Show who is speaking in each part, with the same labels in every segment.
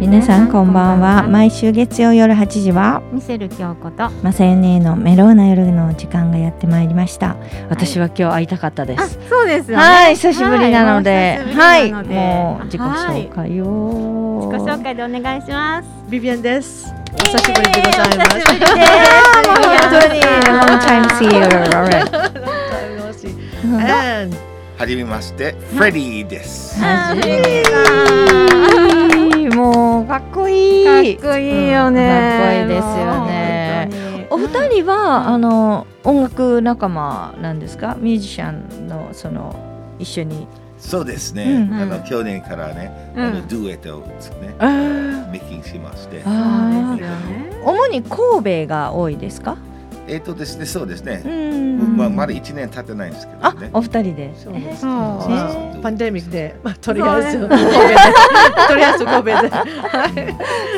Speaker 1: 皆さんこんばんは毎週月曜夜8時は
Speaker 2: ミシェル京子と
Speaker 1: マサヨネのメローな夜の時間がやってまいりました私は今日会いたかったで
Speaker 2: あ
Speaker 1: す、
Speaker 2: そうですよね
Speaker 1: はい、久しぶりなので、は
Speaker 2: はい
Speaker 1: い、
Speaker 2: お久しぶりなの
Speaker 1: も
Speaker 2: で
Speaker 1: う自己紹介を。
Speaker 2: 自己紹介でお願いします
Speaker 3: ビビアンです。お久しぶりでございます。
Speaker 2: イエーイお久しぶりです
Speaker 1: 本当に
Speaker 3: And
Speaker 4: はじめまして、フレディです。
Speaker 2: あー
Speaker 3: ジ
Speaker 1: はいもうかっこいい。
Speaker 2: かっこいいよね、
Speaker 1: うんかっこいいですよね
Speaker 2: もう本当
Speaker 1: お
Speaker 2: に
Speaker 1: 二人は、あの音楽仲間なんですか、ミュージシャンのその一緒に。
Speaker 4: そうですね。
Speaker 1: うん
Speaker 4: あの去年からね、
Speaker 2: うん
Speaker 4: あのデュエットをですね、メイキングしまして。
Speaker 1: あ
Speaker 2: そうですよね
Speaker 1: 主に神戸が多いですか。
Speaker 4: えっ、とですね、そうです
Speaker 1: う
Speaker 4: ね。
Speaker 1: ん
Speaker 4: まあまだ一年経ってないんですけど
Speaker 1: あ
Speaker 4: ね、。
Speaker 1: お二人で。
Speaker 3: そうです
Speaker 2: そう
Speaker 4: そうそう
Speaker 3: パンデミックで、まあ、とりあえず
Speaker 2: そう
Speaker 3: 神戸で、とりあえず神戸で、はい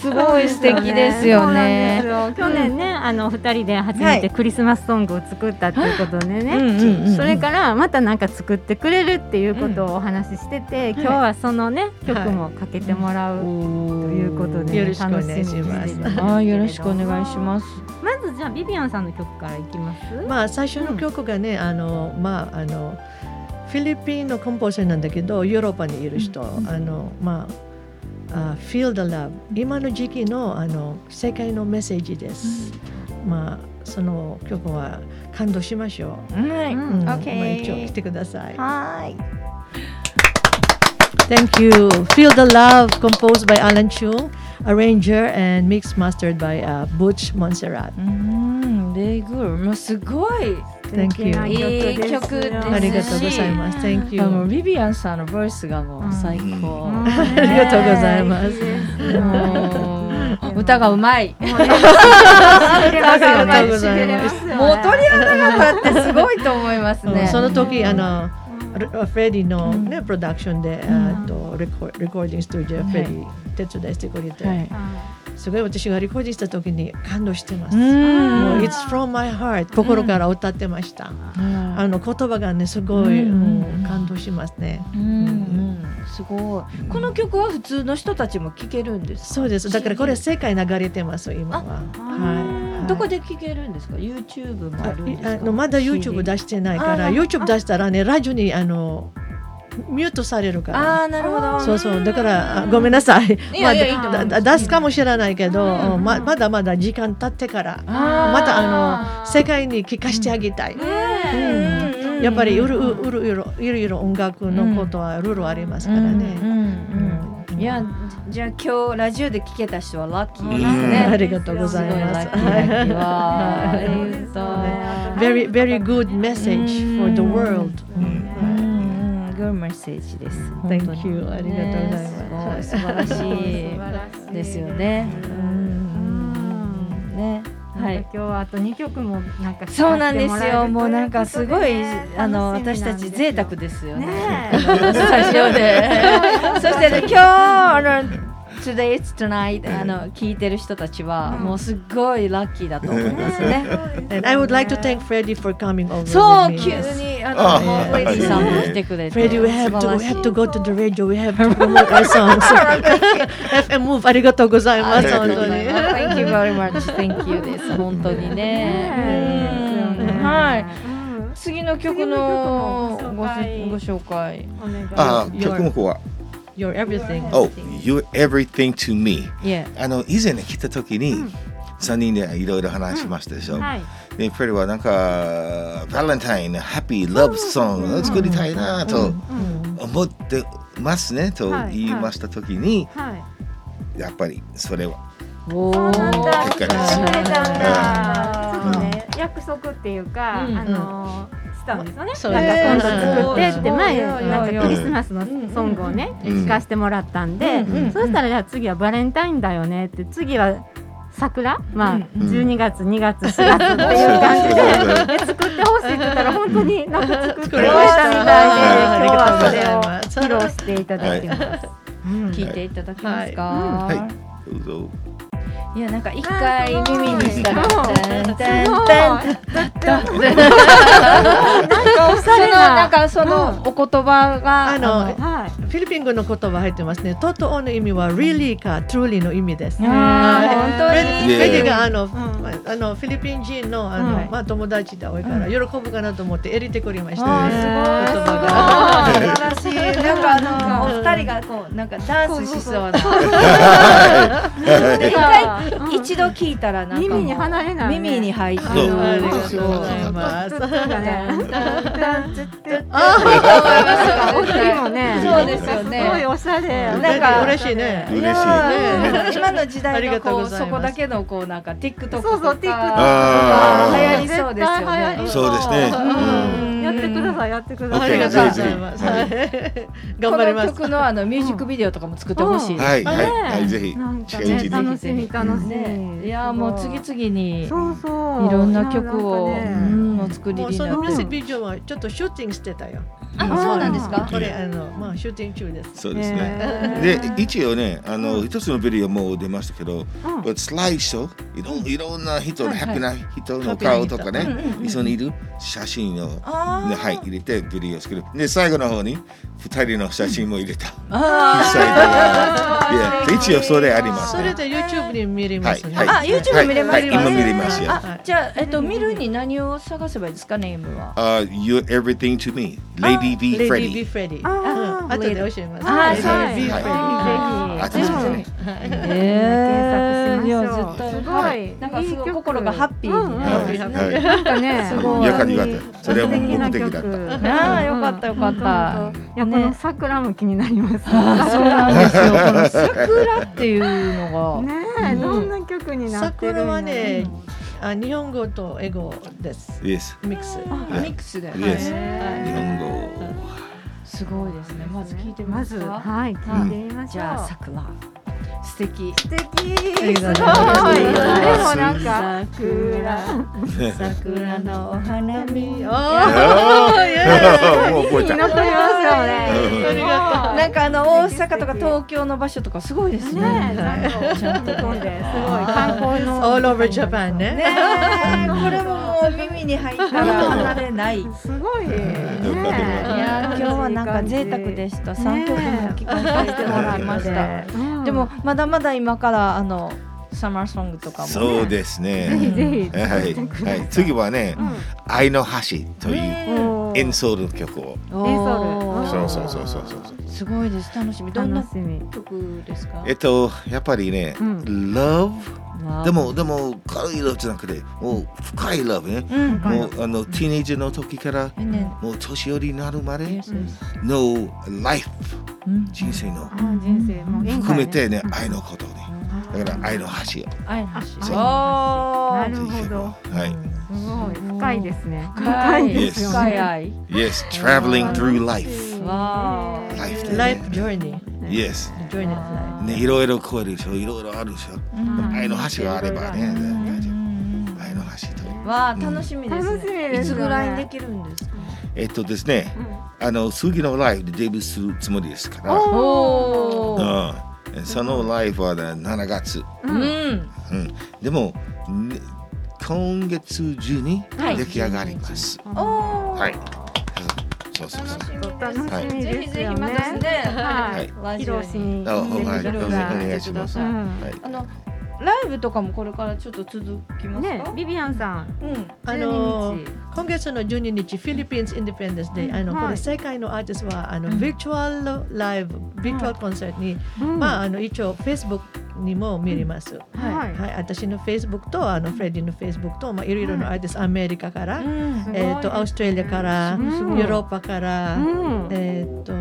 Speaker 1: すごい素敵ですよね。
Speaker 2: そうなんですよ去年ね、あの二人で初めてクリスマスソングを作ったっていうことで
Speaker 1: う
Speaker 2: ね、
Speaker 1: んうんうん
Speaker 2: それからまたなんか作ってくれるっていうことをお話ししてて、今日はそのね曲もかけてもらう、ということで、
Speaker 3: よろしくお願いします
Speaker 2: 楽みにてるんですけれども
Speaker 1: あーよろしくお願いします。
Speaker 2: まずじゃあビビアンさんの曲からいきます。
Speaker 3: まあ最初の曲がね、あのまああのフィリピンのコンポーザーなんだけどヨーロッパにいる人、あのまああ Feel the Love 今の時期のあの世界のメッセージです、まあその曲は感動しましょ
Speaker 1: は
Speaker 2: う
Speaker 1: い。
Speaker 3: う、うんん
Speaker 1: オッケー
Speaker 3: まあ、一応来てください
Speaker 1: はい。
Speaker 3: Thank you. Feel the Love, composed by Alan Chung, arranger and mix mastered by uh, Butch Montserrat.
Speaker 1: うーん、レイグール、もうすごい。
Speaker 3: Thank you.
Speaker 2: 素敵な
Speaker 1: 曲ですよ
Speaker 3: ありがとうございます。Thank
Speaker 1: あの
Speaker 3: you.
Speaker 1: ビビアンさんのボイスがもう最高。
Speaker 2: うん
Speaker 1: ね
Speaker 3: ありがとうございます。
Speaker 1: もう歌がうまい。
Speaker 2: もうねしびれますよね
Speaker 3: ありがとうございます
Speaker 2: しびれ
Speaker 1: もう
Speaker 2: ますよ
Speaker 1: 鳥
Speaker 2: ね
Speaker 1: 肌が立ってすごいと思います
Speaker 3: うん
Speaker 1: ね。
Speaker 3: その時あのルフレディの
Speaker 1: うん
Speaker 3: ね、プロダクションで、あとレコレコーディングスタジオ
Speaker 1: はい
Speaker 3: フレディ手伝いしてくれて、
Speaker 1: はい。
Speaker 3: すごい私がレコーディングした時に感動してます。
Speaker 1: う
Speaker 3: もう
Speaker 1: ーん。
Speaker 3: It's from my heart 心から歌ってました。あの言葉がねすごい、
Speaker 1: うん
Speaker 3: もう感動しますね。
Speaker 1: うんうんすごい。 この曲は普通の人たちも聴けるんですか。
Speaker 3: そうです。だからこれ世界流れてます今
Speaker 2: あ
Speaker 3: は。は
Speaker 1: どこで聴けるんですか。YouTube もあるんです
Speaker 3: あ
Speaker 1: か。
Speaker 3: のまだ YouTube 出してないから、
Speaker 1: あー
Speaker 3: YouTube 出したらねラジオにあのミュートされるから。
Speaker 1: ああー、なるほど。
Speaker 3: そうそうだからあごめんなさい。
Speaker 1: いやいやいいと思い
Speaker 3: ま
Speaker 1: ま
Speaker 3: あ
Speaker 1: す
Speaker 3: だだ出すかもしれないけど、
Speaker 1: うん
Speaker 3: うんままだまだ時間経ってから
Speaker 1: あー
Speaker 3: またあの世界に聞かしてあげたい。
Speaker 1: ねえ
Speaker 3: やっぱりいろいろいろいろいろいろ音楽のことはルールありますから
Speaker 1: うん
Speaker 3: ね。
Speaker 1: うんうんいやじゃあ今日ラジオで聞けた人はラッキー
Speaker 4: う
Speaker 1: で
Speaker 4: ん
Speaker 1: すね。
Speaker 3: ありがとうご
Speaker 1: す
Speaker 3: ざ
Speaker 1: ごい
Speaker 3: いま
Speaker 1: ラ
Speaker 3: す
Speaker 1: ッキ。ーラッキーわ
Speaker 2: は
Speaker 1: ー
Speaker 2: い
Speaker 1: えーっと
Speaker 2: は
Speaker 3: very very good message for the world.
Speaker 4: うん
Speaker 1: うんうんグッメッセージです。
Speaker 3: Thank
Speaker 1: 本当に
Speaker 3: you ありがとうございます
Speaker 1: ねすごい素晴ら
Speaker 2: 素晴
Speaker 1: し
Speaker 2: らし
Speaker 1: い
Speaker 2: い
Speaker 1: ですよね。う
Speaker 2: うん
Speaker 1: んねは
Speaker 2: なんか
Speaker 1: い
Speaker 2: 今。日はあと二曲もなんか
Speaker 1: そうなんですよ。もうなんかすごいあの
Speaker 2: 楽しみなんで
Speaker 1: 私
Speaker 2: すよ
Speaker 1: たち贅沢ですよね。
Speaker 2: ね
Speaker 1: スタジオ で。そしてね、今日あの Today is tonight あの聞いてる人たちはもうすっごいラッキーだと思いますね。
Speaker 3: And I would like to thank Freddie for coming over.
Speaker 1: そう、
Speaker 3: with
Speaker 1: 急
Speaker 3: me.
Speaker 1: にあ
Speaker 4: あ
Speaker 1: のもうフレディさんも来てくれて。
Speaker 3: Freddie, we have
Speaker 1: 素晴
Speaker 3: to
Speaker 1: ら
Speaker 3: we
Speaker 1: しい
Speaker 3: have to go to the radio. We have to promote our songs. FM Move ありがとうござい
Speaker 1: あ
Speaker 3: ま
Speaker 1: り
Speaker 3: す
Speaker 1: が
Speaker 3: 本
Speaker 1: とうご
Speaker 3: 当
Speaker 1: ざ
Speaker 3: に
Speaker 1: い。ます Thank you very much. Thank you です。本当にね。
Speaker 2: ね
Speaker 1: うんはい。
Speaker 2: うん
Speaker 1: 次の曲の
Speaker 2: 次の曲の
Speaker 1: ご
Speaker 2: ご紹介
Speaker 1: ご紹介。
Speaker 2: お願いしま
Speaker 4: あ
Speaker 2: す
Speaker 4: ー、曲の方は、
Speaker 3: You're everything.
Speaker 4: Oh, You're Everything to Me。
Speaker 1: いえ。
Speaker 4: あの以前ね来た時に三人でいろいろ話しましたでしょ。
Speaker 2: はい
Speaker 4: でフレディはなんかバレンタインのハッピーラブソングを作りたいなと思ってますねと
Speaker 2: はい
Speaker 4: 言いました時に
Speaker 2: はい
Speaker 4: やっぱりそれは
Speaker 1: おお。
Speaker 2: そうなんだ。
Speaker 4: 結果
Speaker 2: 決
Speaker 4: で
Speaker 2: め
Speaker 4: す
Speaker 2: たんだ。
Speaker 1: うん
Speaker 2: ちょっとね、約束っていうか、
Speaker 1: うん
Speaker 2: あのしたんですよね。
Speaker 3: そう
Speaker 2: なんか
Speaker 3: う
Speaker 2: 今
Speaker 3: ん
Speaker 2: 度作ってって前
Speaker 1: うん
Speaker 2: なんかクリスマスのソングをね
Speaker 4: うん
Speaker 2: 聞かせてもらったんで
Speaker 1: うん、
Speaker 2: そうしたらじゃあ次はバレンタインだよねって次は。桜まあ、
Speaker 1: うん
Speaker 2: 12月2月4月っていう感じでで作ってほしいって言ったら本当になんか作ってくれたみたいで今日はそれを披露していただきます。うん
Speaker 1: 聞いていただけますか。
Speaker 4: はいどうぞ。
Speaker 1: いやなんか一回耳にしたら
Speaker 2: あー
Speaker 1: 「てんてんてん」
Speaker 2: おしゃ
Speaker 1: その
Speaker 2: れ
Speaker 1: なん
Speaker 2: な。
Speaker 1: かそのお言葉が
Speaker 3: あの
Speaker 2: はい。
Speaker 3: フィリピン語の言葉入ってますね。ととおの意味は really か truly の意味です。
Speaker 1: あー
Speaker 3: フ
Speaker 1: 本
Speaker 3: ェ
Speaker 4: ね
Speaker 3: ディフェディがあの、
Speaker 2: ん
Speaker 3: あのフィリピン人のあの、
Speaker 1: はい
Speaker 3: まあ友達だ多いから喜ぶかなと思って入れてくれました。
Speaker 1: あー
Speaker 3: 言
Speaker 1: すごい
Speaker 3: 葉が。
Speaker 1: 当になんかあのお二人がこうなんかダンスしそうな一回一度聞いたらなんかもう
Speaker 2: 耳に離れないね
Speaker 1: 耳に入って
Speaker 3: あのあり
Speaker 1: るこ
Speaker 3: が
Speaker 1: と
Speaker 3: とうございます。
Speaker 2: お二人もね。
Speaker 1: そうですよね
Speaker 2: すごいおしゃれ。
Speaker 1: なんか
Speaker 3: 嬉しいね。
Speaker 4: 嬉しい
Speaker 1: やー今の時
Speaker 3: あ
Speaker 1: 代
Speaker 3: り
Speaker 1: の
Speaker 3: がとう
Speaker 1: こ
Speaker 3: ご
Speaker 1: う
Speaker 3: ざい
Speaker 1: そ
Speaker 3: ます
Speaker 1: こだけのこうなんか TikTok とか
Speaker 2: そうそう TikTok
Speaker 4: あ
Speaker 1: 流
Speaker 4: ー
Speaker 1: 行りそうですよね。
Speaker 4: そうですね
Speaker 1: うん
Speaker 2: やってください、やってくだ
Speaker 3: あ
Speaker 2: さ
Speaker 3: り
Speaker 2: い。
Speaker 3: がとうございます。
Speaker 4: ぜひ
Speaker 3: は
Speaker 4: ぜ
Speaker 3: い頑
Speaker 1: こ
Speaker 3: 張り
Speaker 1: の
Speaker 3: ます。
Speaker 1: 曲のあのミュージックビデオとかも作ってほしい。
Speaker 4: はいはい
Speaker 2: ね
Speaker 4: はいぜひ
Speaker 2: なんか
Speaker 4: 近いう
Speaker 2: ね、
Speaker 4: ちに
Speaker 2: 楽しみ楽し
Speaker 1: ね
Speaker 2: み。
Speaker 1: いやーもう次々にい
Speaker 2: そうそう。
Speaker 1: ろんな曲を
Speaker 2: なんか
Speaker 1: う
Speaker 2: ね
Speaker 1: んお作り
Speaker 3: もう
Speaker 1: に
Speaker 3: そ
Speaker 1: な
Speaker 3: の
Speaker 1: っ
Speaker 3: ミュ
Speaker 1: て
Speaker 3: ージックビデオはちょっとシューティングしてたよ。
Speaker 1: あそうなんですか
Speaker 3: これあのまあシューティング中です。
Speaker 4: そうですね。で
Speaker 2: ね
Speaker 4: 一応ねあの一つのビデオもう出ましたけ
Speaker 2: う
Speaker 4: ど、
Speaker 2: ん
Speaker 4: スライドショーいろんいろんな人、
Speaker 3: はいは
Speaker 4: ハッピ
Speaker 3: い
Speaker 4: ーな人
Speaker 3: ハ
Speaker 4: の
Speaker 3: ッピーな
Speaker 4: 顔
Speaker 3: 人
Speaker 4: とか
Speaker 3: うん
Speaker 4: ね、一緒にいる写真を、ね、
Speaker 1: あー
Speaker 4: はい入れてビデオ作るで最後の方に二人の写真も入れた
Speaker 1: あ
Speaker 4: 一緒にいや一応それあります
Speaker 3: そ
Speaker 4: ね
Speaker 3: れで YouTube に見れ
Speaker 4: は
Speaker 3: ま
Speaker 4: い
Speaker 3: すね。
Speaker 4: はい
Speaker 1: あ YouTube
Speaker 4: はい
Speaker 1: 見れます
Speaker 4: は
Speaker 1: ね
Speaker 4: い今見れますよ
Speaker 1: ーあじゃあえっと見るに何を探せばいいですかね今は。
Speaker 4: Uh, You're Everything to Me Lady B
Speaker 3: レディ
Speaker 4: Freddy
Speaker 3: ー・ビ・フレディ。
Speaker 2: あー
Speaker 3: うん後で教えます。
Speaker 1: あー
Speaker 3: レデ
Speaker 1: そう
Speaker 3: ィ
Speaker 1: です
Speaker 3: ー・ビ・フレデ
Speaker 1: は
Speaker 4: あ
Speaker 1: い
Speaker 4: そ
Speaker 1: ぜひぜ
Speaker 4: うです
Speaker 1: ひ。
Speaker 4: ね
Speaker 1: えーいや絶
Speaker 2: 検索しましょう
Speaker 1: 対
Speaker 2: すごい
Speaker 1: はなんかすご
Speaker 2: いい
Speaker 1: い
Speaker 2: 曲
Speaker 1: 心がハッピーになる
Speaker 4: は
Speaker 1: ん
Speaker 4: い
Speaker 1: ですね。
Speaker 4: はい
Speaker 2: なんかね、すごい。
Speaker 4: よかったよかったそれはもう目的だった
Speaker 1: ああよかったよかった。
Speaker 2: いや、この桜も気になります。
Speaker 1: あそうなんですよ。この桜っていうのが。
Speaker 2: ねえ、どんな曲に
Speaker 3: ィ。
Speaker 2: なってるんだ
Speaker 3: 桜
Speaker 2: ろう
Speaker 3: はね、あ日本語と英語です。
Speaker 4: Yes
Speaker 3: ミックス。
Speaker 1: あミックスで。
Speaker 4: Yes
Speaker 1: へ
Speaker 4: 日
Speaker 1: ー
Speaker 4: 本語
Speaker 1: すごいですね。まず聞いてみ
Speaker 2: ま
Speaker 1: ます
Speaker 2: ず、
Speaker 1: か。
Speaker 2: はい、聞いてみまし
Speaker 1: じ
Speaker 2: ょう。
Speaker 1: ゃあ桜。素敵。
Speaker 2: 素敵。
Speaker 3: あり
Speaker 2: すご
Speaker 3: が
Speaker 2: い。で
Speaker 3: とうございます
Speaker 2: もなんか桜。
Speaker 1: 桜のお花見を。
Speaker 3: おーイエーイ
Speaker 4: もう覚え
Speaker 2: 気に残りますよ
Speaker 4: た
Speaker 2: ね。
Speaker 3: ありが
Speaker 1: なんかあの大阪とか東京の場所とかすごいです
Speaker 2: ね
Speaker 1: ね。
Speaker 2: え、なんかちゃんと飛んで、すごい観光の。
Speaker 3: All over Japan ね。
Speaker 1: ねえこれももう耳に入ったら離れない。い
Speaker 2: すごい。ね
Speaker 1: やー今日はなんか贅沢でした。三曲も聞かせてもらいました。。でもまだまだ今からあのサマーソングとかもね。
Speaker 4: そうです
Speaker 2: ぜひ
Speaker 4: ね
Speaker 2: ぜひ。
Speaker 4: はいはい次はね愛の橋というエンソールの曲を
Speaker 1: おー
Speaker 2: エンソール
Speaker 4: そうそうそうそうそうそう
Speaker 1: すごいです楽しみどんな
Speaker 2: 楽しみ。
Speaker 1: 曲ですか
Speaker 4: えっとやっぱりね
Speaker 2: うん
Speaker 4: Love
Speaker 1: わー
Speaker 4: でもでも軽い Love じゃなくてもう深い Love ね
Speaker 1: うん
Speaker 4: もうあのティーネージャーの時から
Speaker 1: えね
Speaker 4: もう年寄りになるまで
Speaker 1: Yes, yes
Speaker 4: の life
Speaker 1: うん
Speaker 4: 人生の
Speaker 2: 人生も
Speaker 4: 含めてね愛のことねだから愛の橋を
Speaker 1: 愛の橋
Speaker 4: そう
Speaker 2: な
Speaker 1: お
Speaker 2: る
Speaker 1: ー
Speaker 2: ほど。
Speaker 4: はい
Speaker 2: すごい深いですね。
Speaker 1: 深い
Speaker 4: ですよね
Speaker 1: 深い愛
Speaker 4: Yes traveling through life
Speaker 1: わー
Speaker 4: life で
Speaker 3: Life
Speaker 4: ね
Speaker 3: journey。
Speaker 4: Yes
Speaker 3: Journey of life。
Speaker 4: ねいろいろ超えるでしょいろいろあるでしょ
Speaker 1: うん
Speaker 4: 愛の橋があればね大丈
Speaker 1: うん
Speaker 4: 夫
Speaker 1: うん
Speaker 4: 愛の橋と
Speaker 1: わあ楽しみです、ね。
Speaker 2: 楽しみですね
Speaker 1: いつぐらいにできるんですか。
Speaker 4: えっとですねあの次のライブでデビューするつもりですから
Speaker 1: おー
Speaker 4: うん、そのライブはね7月、
Speaker 1: うん。
Speaker 4: うん、でも、ね今月中に
Speaker 1: はい
Speaker 4: 出来上がります、
Speaker 1: おお。
Speaker 4: はい。そうそうそう
Speaker 1: 楽しみで
Speaker 2: 楽し
Speaker 1: す。
Speaker 2: み
Speaker 1: ぜ
Speaker 2: で
Speaker 1: ひ
Speaker 2: す
Speaker 1: ぜ
Speaker 2: よ
Speaker 1: ひま
Speaker 2: ね。
Speaker 1: たね。
Speaker 2: はい
Speaker 1: ラ
Speaker 2: 披
Speaker 1: ジオ
Speaker 2: 露し
Speaker 1: に。
Speaker 2: に
Speaker 4: あはい
Speaker 1: ぜひ
Speaker 4: どうぞお願いします、
Speaker 1: う
Speaker 4: は
Speaker 1: ん
Speaker 4: い、
Speaker 1: あのライブとかもこれからちょっと続きます
Speaker 2: ね
Speaker 1: か。
Speaker 2: ビビアンさん
Speaker 1: うん。
Speaker 3: あの今月の12日、フィリピンス・インディペンデンス・デイ、あの、
Speaker 2: はい
Speaker 3: これ世界のアーティストはあの、ビチュアルライブ、ビチュアルコンサートに、まあ、あの一応、フェイスブックにも見れます。
Speaker 2: は
Speaker 3: はい、私のフェイスブックとあのフレディのフェイスブックと、まあ、いろいろなアーティスト、アメリカから、
Speaker 1: うん。
Speaker 3: えー、とオーストラリアから、
Speaker 2: うん
Speaker 3: ヨーロッパから、
Speaker 2: うん
Speaker 3: えー、と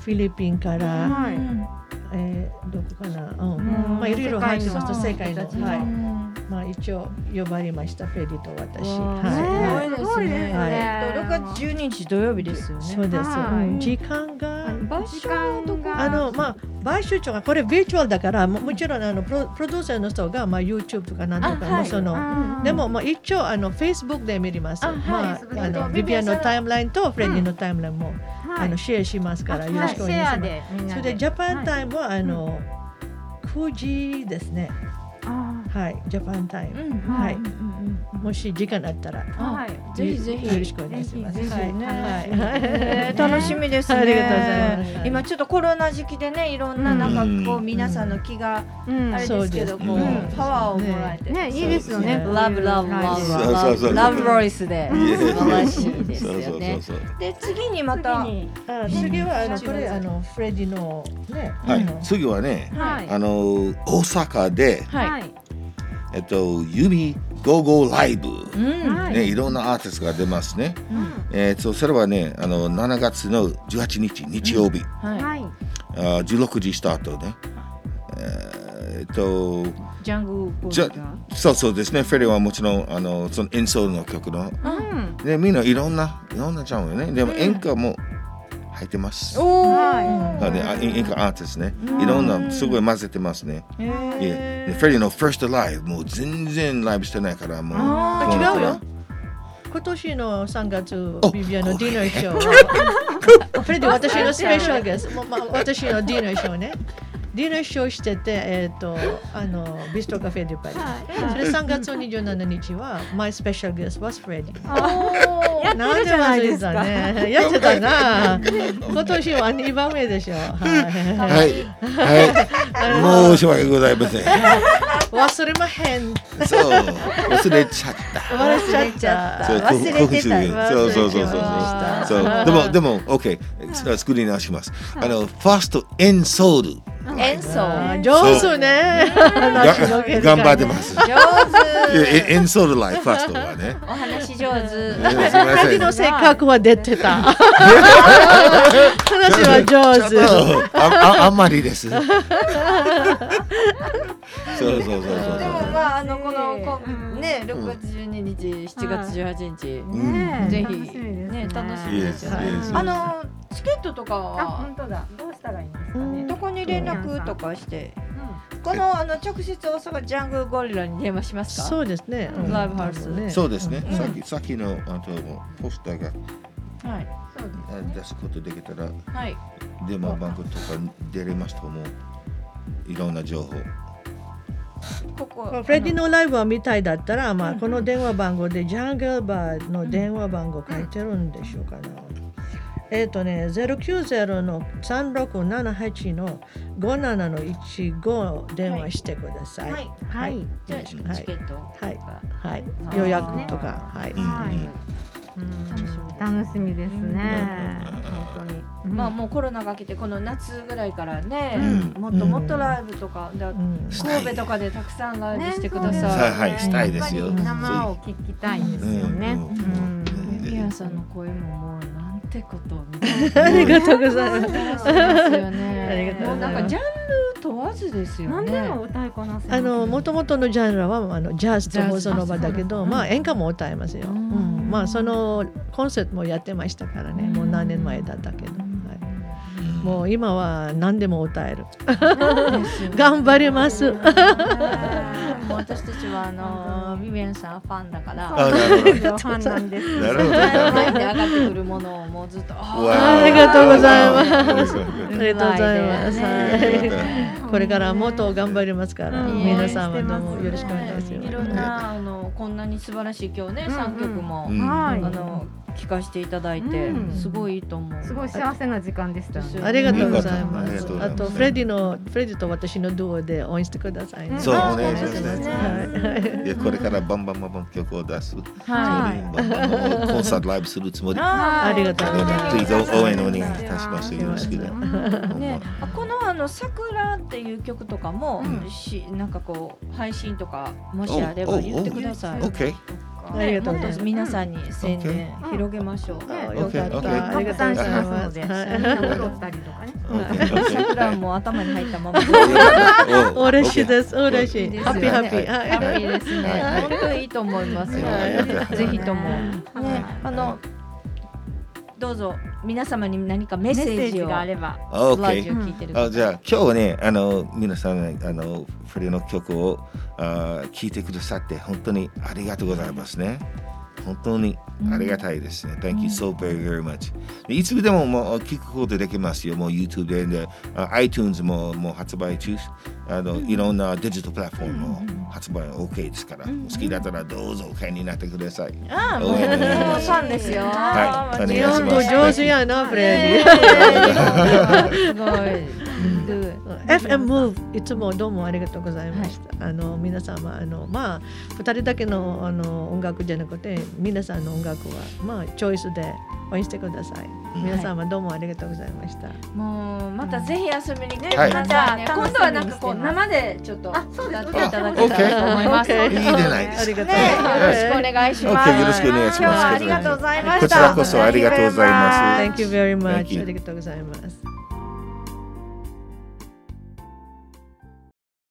Speaker 3: フィリピンから、
Speaker 2: は
Speaker 1: う
Speaker 2: い
Speaker 1: ん
Speaker 3: えーどこかな、うん
Speaker 2: ん
Speaker 3: まあ、いろいろ入ってます世
Speaker 2: 世
Speaker 3: 界
Speaker 2: 界
Speaker 3: の、
Speaker 2: の
Speaker 3: は
Speaker 1: う
Speaker 3: い
Speaker 1: ん
Speaker 3: まあ、一応呼ばれましたフェリーと私、
Speaker 1: わ
Speaker 3: はい
Speaker 1: あ
Speaker 3: はい
Speaker 2: すごいですね
Speaker 1: 六月十二日土曜日ですよ
Speaker 3: そ
Speaker 1: ね。
Speaker 3: うです、
Speaker 2: はい
Speaker 3: うん時間が
Speaker 1: 場所はどこ
Speaker 2: 時間が
Speaker 3: あのまあ買収長がこれビーチュアルだからももちろんあのプロプロデューサーの人が、まあ、YouTube とかなんとか、
Speaker 1: あ
Speaker 3: ま
Speaker 1: は
Speaker 3: あ、
Speaker 1: い
Speaker 3: その、でも、まあ、一応あの Facebook で見れます。
Speaker 1: あはい
Speaker 3: まあ、
Speaker 1: Facebook
Speaker 3: あの
Speaker 1: ビビ
Speaker 3: ビビ
Speaker 1: ア
Speaker 3: ア
Speaker 1: ン
Speaker 3: ン
Speaker 1: さん
Speaker 3: のタイムラインとフレディのタイムラインも、あのシェアしますから、よろしくお願いします。
Speaker 2: みん
Speaker 3: そ
Speaker 2: な
Speaker 3: れでジャパンタイムは、あの9時ですね。はい、ジャパンタイム。
Speaker 1: うん
Speaker 3: はい
Speaker 1: うんうん
Speaker 3: もし時間あったら。
Speaker 1: あ
Speaker 2: はい。
Speaker 1: うんぜひぜひ
Speaker 3: よろしくお願いします。
Speaker 2: ぜひぜ
Speaker 3: は
Speaker 2: ひ
Speaker 3: いはい
Speaker 1: え ー楽しみですね。
Speaker 3: ありがとうございますはい
Speaker 1: 今ちょっとコロナ時期でね、いろんななんかこう
Speaker 4: うん
Speaker 1: 皆さんの気が
Speaker 2: うん
Speaker 1: あれですけど、
Speaker 4: うん
Speaker 1: こう
Speaker 4: そうですね
Speaker 1: パワーをもらえて。
Speaker 2: ねいいですよね。
Speaker 3: そ
Speaker 1: ラブラブラブ
Speaker 4: そうそう
Speaker 1: ラブ
Speaker 4: そう
Speaker 1: ラブロイスで
Speaker 4: いえ
Speaker 1: 素晴らしいです
Speaker 4: そうそ
Speaker 1: よ
Speaker 4: うそ
Speaker 1: ね
Speaker 4: う。そう
Speaker 1: で次にまた
Speaker 3: あ次はあの
Speaker 1: うん
Speaker 3: これあのフレディのね、
Speaker 4: は
Speaker 3: あ
Speaker 4: い
Speaker 3: の
Speaker 4: 次はね
Speaker 2: はい。
Speaker 4: あの大阪で
Speaker 1: はい。
Speaker 2: い。
Speaker 4: えっと指ゴーゴーライブ
Speaker 1: うん。
Speaker 2: はい
Speaker 4: ねいろんなアーティストが出ますね
Speaker 2: うん
Speaker 4: えっとそれはねあの7月の18日日曜日
Speaker 1: は
Speaker 2: はい。
Speaker 4: あー16時スタートねえーえっと
Speaker 1: い。ジャングルポ
Speaker 4: じゃ
Speaker 1: ルター
Speaker 4: そうそうですねフェリーはもちろんあのその演奏の曲の
Speaker 2: うん。
Speaker 4: でみんないろんないろんなジャンルねでも
Speaker 1: うん
Speaker 4: 演歌も入ってます、
Speaker 1: おお。
Speaker 2: はい
Speaker 4: あねあ演演歌アーティストね
Speaker 1: うん
Speaker 4: いろんなすごい混ぜてますね、いえでフェリーの First Live もう全然ライブしてないからもう
Speaker 1: あー
Speaker 4: も
Speaker 1: 違うよ
Speaker 3: 今年の3月
Speaker 4: お
Speaker 3: ビビアのディナーショ ーフレディ私のスペシャルゲスト、もうまあ、私のディナーショーねディナーショーしてて、えっとあのビストカフェでパリ、それ3月27日は、マイスペシャルゲストはフレディ
Speaker 2: やってるじゃないですか。
Speaker 3: ね、やってたな今年は2番目でしょ、はい
Speaker 4: はい はい申し訳ございません
Speaker 3: 忘れまへん
Speaker 4: そう忘れちゃった
Speaker 3: 笑っちゃ
Speaker 1: 忘れちゃっ
Speaker 3: っ
Speaker 1: た
Speaker 3: た
Speaker 4: そう
Speaker 1: 忘れてた
Speaker 4: 興奮するそうそうそうそうそ
Speaker 1: 忘れて
Speaker 4: う
Speaker 1: ました
Speaker 4: そうでもでも OK 作り直しますあの First in Soul
Speaker 1: 演奏。
Speaker 3: あー上手ね。 話の結果ね
Speaker 4: 頑張ってます
Speaker 1: 上手。
Speaker 4: エンソールライファーストはね。
Speaker 1: お話上手。
Speaker 4: えーすみませ
Speaker 3: 二
Speaker 4: ん。
Speaker 3: 人の性格は出 てた。話は上
Speaker 4: ちょ
Speaker 3: 手。
Speaker 4: っとあああんまりです。そう
Speaker 1: で
Speaker 4: そうそうそうそう。
Speaker 1: もまああのこのこ
Speaker 2: うん
Speaker 1: ね6月12日7月18日
Speaker 4: うん
Speaker 1: ぜ
Speaker 2: ぜ
Speaker 1: ひ
Speaker 2: ひ
Speaker 1: ね楽し
Speaker 4: い
Speaker 1: み
Speaker 4: い
Speaker 1: で
Speaker 4: ですす
Speaker 1: よ
Speaker 4: よ
Speaker 1: ね
Speaker 4: ね。
Speaker 1: あのチケットとかは
Speaker 2: 当だ。どうしたらいいんです
Speaker 3: かね
Speaker 1: どこに連絡とかしてこのあの直接大阪ジャングルゴリラに電話しますか。
Speaker 3: そうですね。うん
Speaker 1: ライブハウスね
Speaker 4: そうですね。
Speaker 1: ん
Speaker 4: さっきさっきのあとポスターが
Speaker 1: はい
Speaker 2: そうです
Speaker 4: あ出すことできたら
Speaker 1: はい
Speaker 4: 電話番号とか出れますと思う。いろんな情報。
Speaker 1: ここ
Speaker 3: まあフレディのライブは見たいだったら、まあこの電話番号でジャングルバーの電話番号書いてるんでしょうかな。えっとね、090の3678の57の15電話してください。
Speaker 1: はい
Speaker 3: は
Speaker 2: はいい。
Speaker 1: じゃあチケット
Speaker 3: はい
Speaker 1: が
Speaker 3: はい
Speaker 1: あ。ー
Speaker 3: 予約とか。はい。
Speaker 4: うん
Speaker 2: はい楽しみですね。本当に。
Speaker 1: まあもうコロナが明けてこの夏ぐらいからね
Speaker 4: う
Speaker 1: もっともっとライブとかで
Speaker 3: うん
Speaker 1: 神戸とかでたくさんライブ
Speaker 2: ね
Speaker 1: してくだ
Speaker 4: は
Speaker 1: さ
Speaker 4: い
Speaker 1: い。
Speaker 4: はいしたいですよ
Speaker 2: やっぱり生を聞きたいんですよね。
Speaker 4: うん
Speaker 2: うん
Speaker 1: ユリアさんの声ももうなんてことみ
Speaker 3: あ
Speaker 1: た
Speaker 3: り
Speaker 1: いな。
Speaker 3: がとうござい
Speaker 1: そ
Speaker 3: ます。
Speaker 1: うですよね。
Speaker 3: ありがとう
Speaker 1: もう
Speaker 3: ござ
Speaker 1: ないん
Speaker 3: ます
Speaker 1: かジャンル問わずですよ
Speaker 2: 何
Speaker 1: ね。
Speaker 2: でも歌いこなせますね
Speaker 3: あの元々のジャンルはあのジャズとボサノバだけ
Speaker 2: ジャズあそう
Speaker 3: ど、
Speaker 2: なんだ
Speaker 3: まあ演歌も歌えますよ。
Speaker 1: う
Speaker 3: うんん、まあそのコンセプトもやってましたからね。もう何年前だったけど、はい、もう今は何でも歌える。
Speaker 1: ですよね
Speaker 3: 頑張ります。
Speaker 1: もう私たちはあのビビエンさんファンだから。
Speaker 4: あなるほど
Speaker 2: ファンなんです。
Speaker 4: なるほど。。
Speaker 1: 前に上がってくるものをもうずっと。
Speaker 3: ありがとうございますありがとうございます。
Speaker 1: うまい
Speaker 4: ね
Speaker 3: はいこれからもっと頑張りますから、
Speaker 2: うん
Speaker 3: 皆様どうもよろしくお願いし
Speaker 1: い
Speaker 3: ま
Speaker 1: ろんなあのこんなに素晴らしい今日ね
Speaker 2: うんうん
Speaker 1: 三曲も
Speaker 4: うん
Speaker 1: あ
Speaker 2: はい。
Speaker 1: の聞かせていただいて
Speaker 2: うん
Speaker 1: すごいいいと思う。
Speaker 2: すごい幸せな時間でしたね。
Speaker 3: す。ありがとうござい
Speaker 4: あり
Speaker 3: ま
Speaker 4: が
Speaker 3: す
Speaker 4: とうご。ざ
Speaker 3: あ
Speaker 4: います
Speaker 3: とフレディのフレディと私のドゥオで応援してくださいね。
Speaker 4: そうお
Speaker 1: あ
Speaker 4: 願いします
Speaker 1: そうですね
Speaker 4: いやこれからバンバンバンバン曲を出す。
Speaker 1: は
Speaker 2: はい
Speaker 4: バンバンバンバンコンサートライブするつもり。
Speaker 1: あ
Speaker 3: ありがとうございます
Speaker 4: ぜひ応援お願いいたします。よろしくね。
Speaker 1: ね、あこのあの桜っていう曲とかも、
Speaker 4: うん
Speaker 1: しなんかこう配信とかもしあれば言ってください。
Speaker 4: オッケー。
Speaker 3: ありがとうご
Speaker 1: も
Speaker 3: ざいま
Speaker 1: っ
Speaker 3: す
Speaker 1: と。皆さんに宣伝広げましょう。
Speaker 2: ね
Speaker 3: よかっ
Speaker 4: OK
Speaker 3: た。あ
Speaker 2: 拡
Speaker 3: りがとうご
Speaker 2: 散し
Speaker 3: ざい
Speaker 2: ます
Speaker 3: ま
Speaker 2: の
Speaker 3: す。
Speaker 2: で、
Speaker 3: はい
Speaker 2: 踊ったりとかね。
Speaker 1: 桜も頭に入った まま。
Speaker 3: 嬉しいです。嬉し
Speaker 1: いい
Speaker 3: い。
Speaker 1: です
Speaker 3: ハ
Speaker 1: よ
Speaker 3: ッ
Speaker 1: ね
Speaker 3: ピーハッピー。
Speaker 1: ハッ
Speaker 3: はい
Speaker 1: ピーですね。本当にいいと思いますよ。
Speaker 4: はい
Speaker 1: ぜひとも。ね、
Speaker 2: は
Speaker 1: あのどうぞ皆様に何かメッセージを
Speaker 2: があれば、
Speaker 4: オッ
Speaker 1: ラ
Speaker 4: ケ
Speaker 1: ジ
Speaker 4: ー
Speaker 1: オ。聞いてる方
Speaker 4: あ じゃあ今日はねあの皆さんあのフレの曲をあ聞いてくださって本当にありがとうございますね。本当にありがたいですね。Thank you so very, very much. でいつでももう聞くことできますよ。もう YouTube でで、あ iTunes ももう発売中あの、いろんなデジタルプラットフォームも発売 OK ですから、好きだったらどうぞお買いになってください。
Speaker 1: ああ、もう、
Speaker 4: 応
Speaker 1: もう
Speaker 4: 援お願いします
Speaker 1: ファンですよ。
Speaker 4: はいお
Speaker 3: 日
Speaker 4: 願いし
Speaker 3: 本
Speaker 4: ま
Speaker 3: 語
Speaker 4: す。
Speaker 3: 上手やな、フレディ。
Speaker 1: すごい。グー
Speaker 3: FM Move いつもどうもありがとうございました。あの皆様あのまあ二人だけのあの音楽じゃなくて皆さんの音楽はまあチョイスで応援してください。
Speaker 4: うん
Speaker 3: 皆様どうもありがとうございました。
Speaker 1: もうまたぜひ遊びに来てく
Speaker 4: はい
Speaker 1: ださいね。
Speaker 2: はい
Speaker 1: 今度はなんかこう
Speaker 2: 楽しみ
Speaker 1: 生
Speaker 2: にしてます
Speaker 1: でちょっとやっていただ
Speaker 4: オ
Speaker 1: け
Speaker 4: ッケ
Speaker 1: たらと思い ます。
Speaker 3: オ
Speaker 1: ね
Speaker 3: ッ
Speaker 4: い
Speaker 3: ケ
Speaker 4: いじ
Speaker 1: よ
Speaker 4: ゃないです
Speaker 3: あり
Speaker 4: か。
Speaker 3: がとう。
Speaker 1: ろしくお願いします。
Speaker 4: OK よろしくお願いします
Speaker 1: 今日はありがとうございました。
Speaker 4: こちらこそありがとうございます
Speaker 3: Thank you very much.
Speaker 4: Thank you.
Speaker 3: ありがとうございます。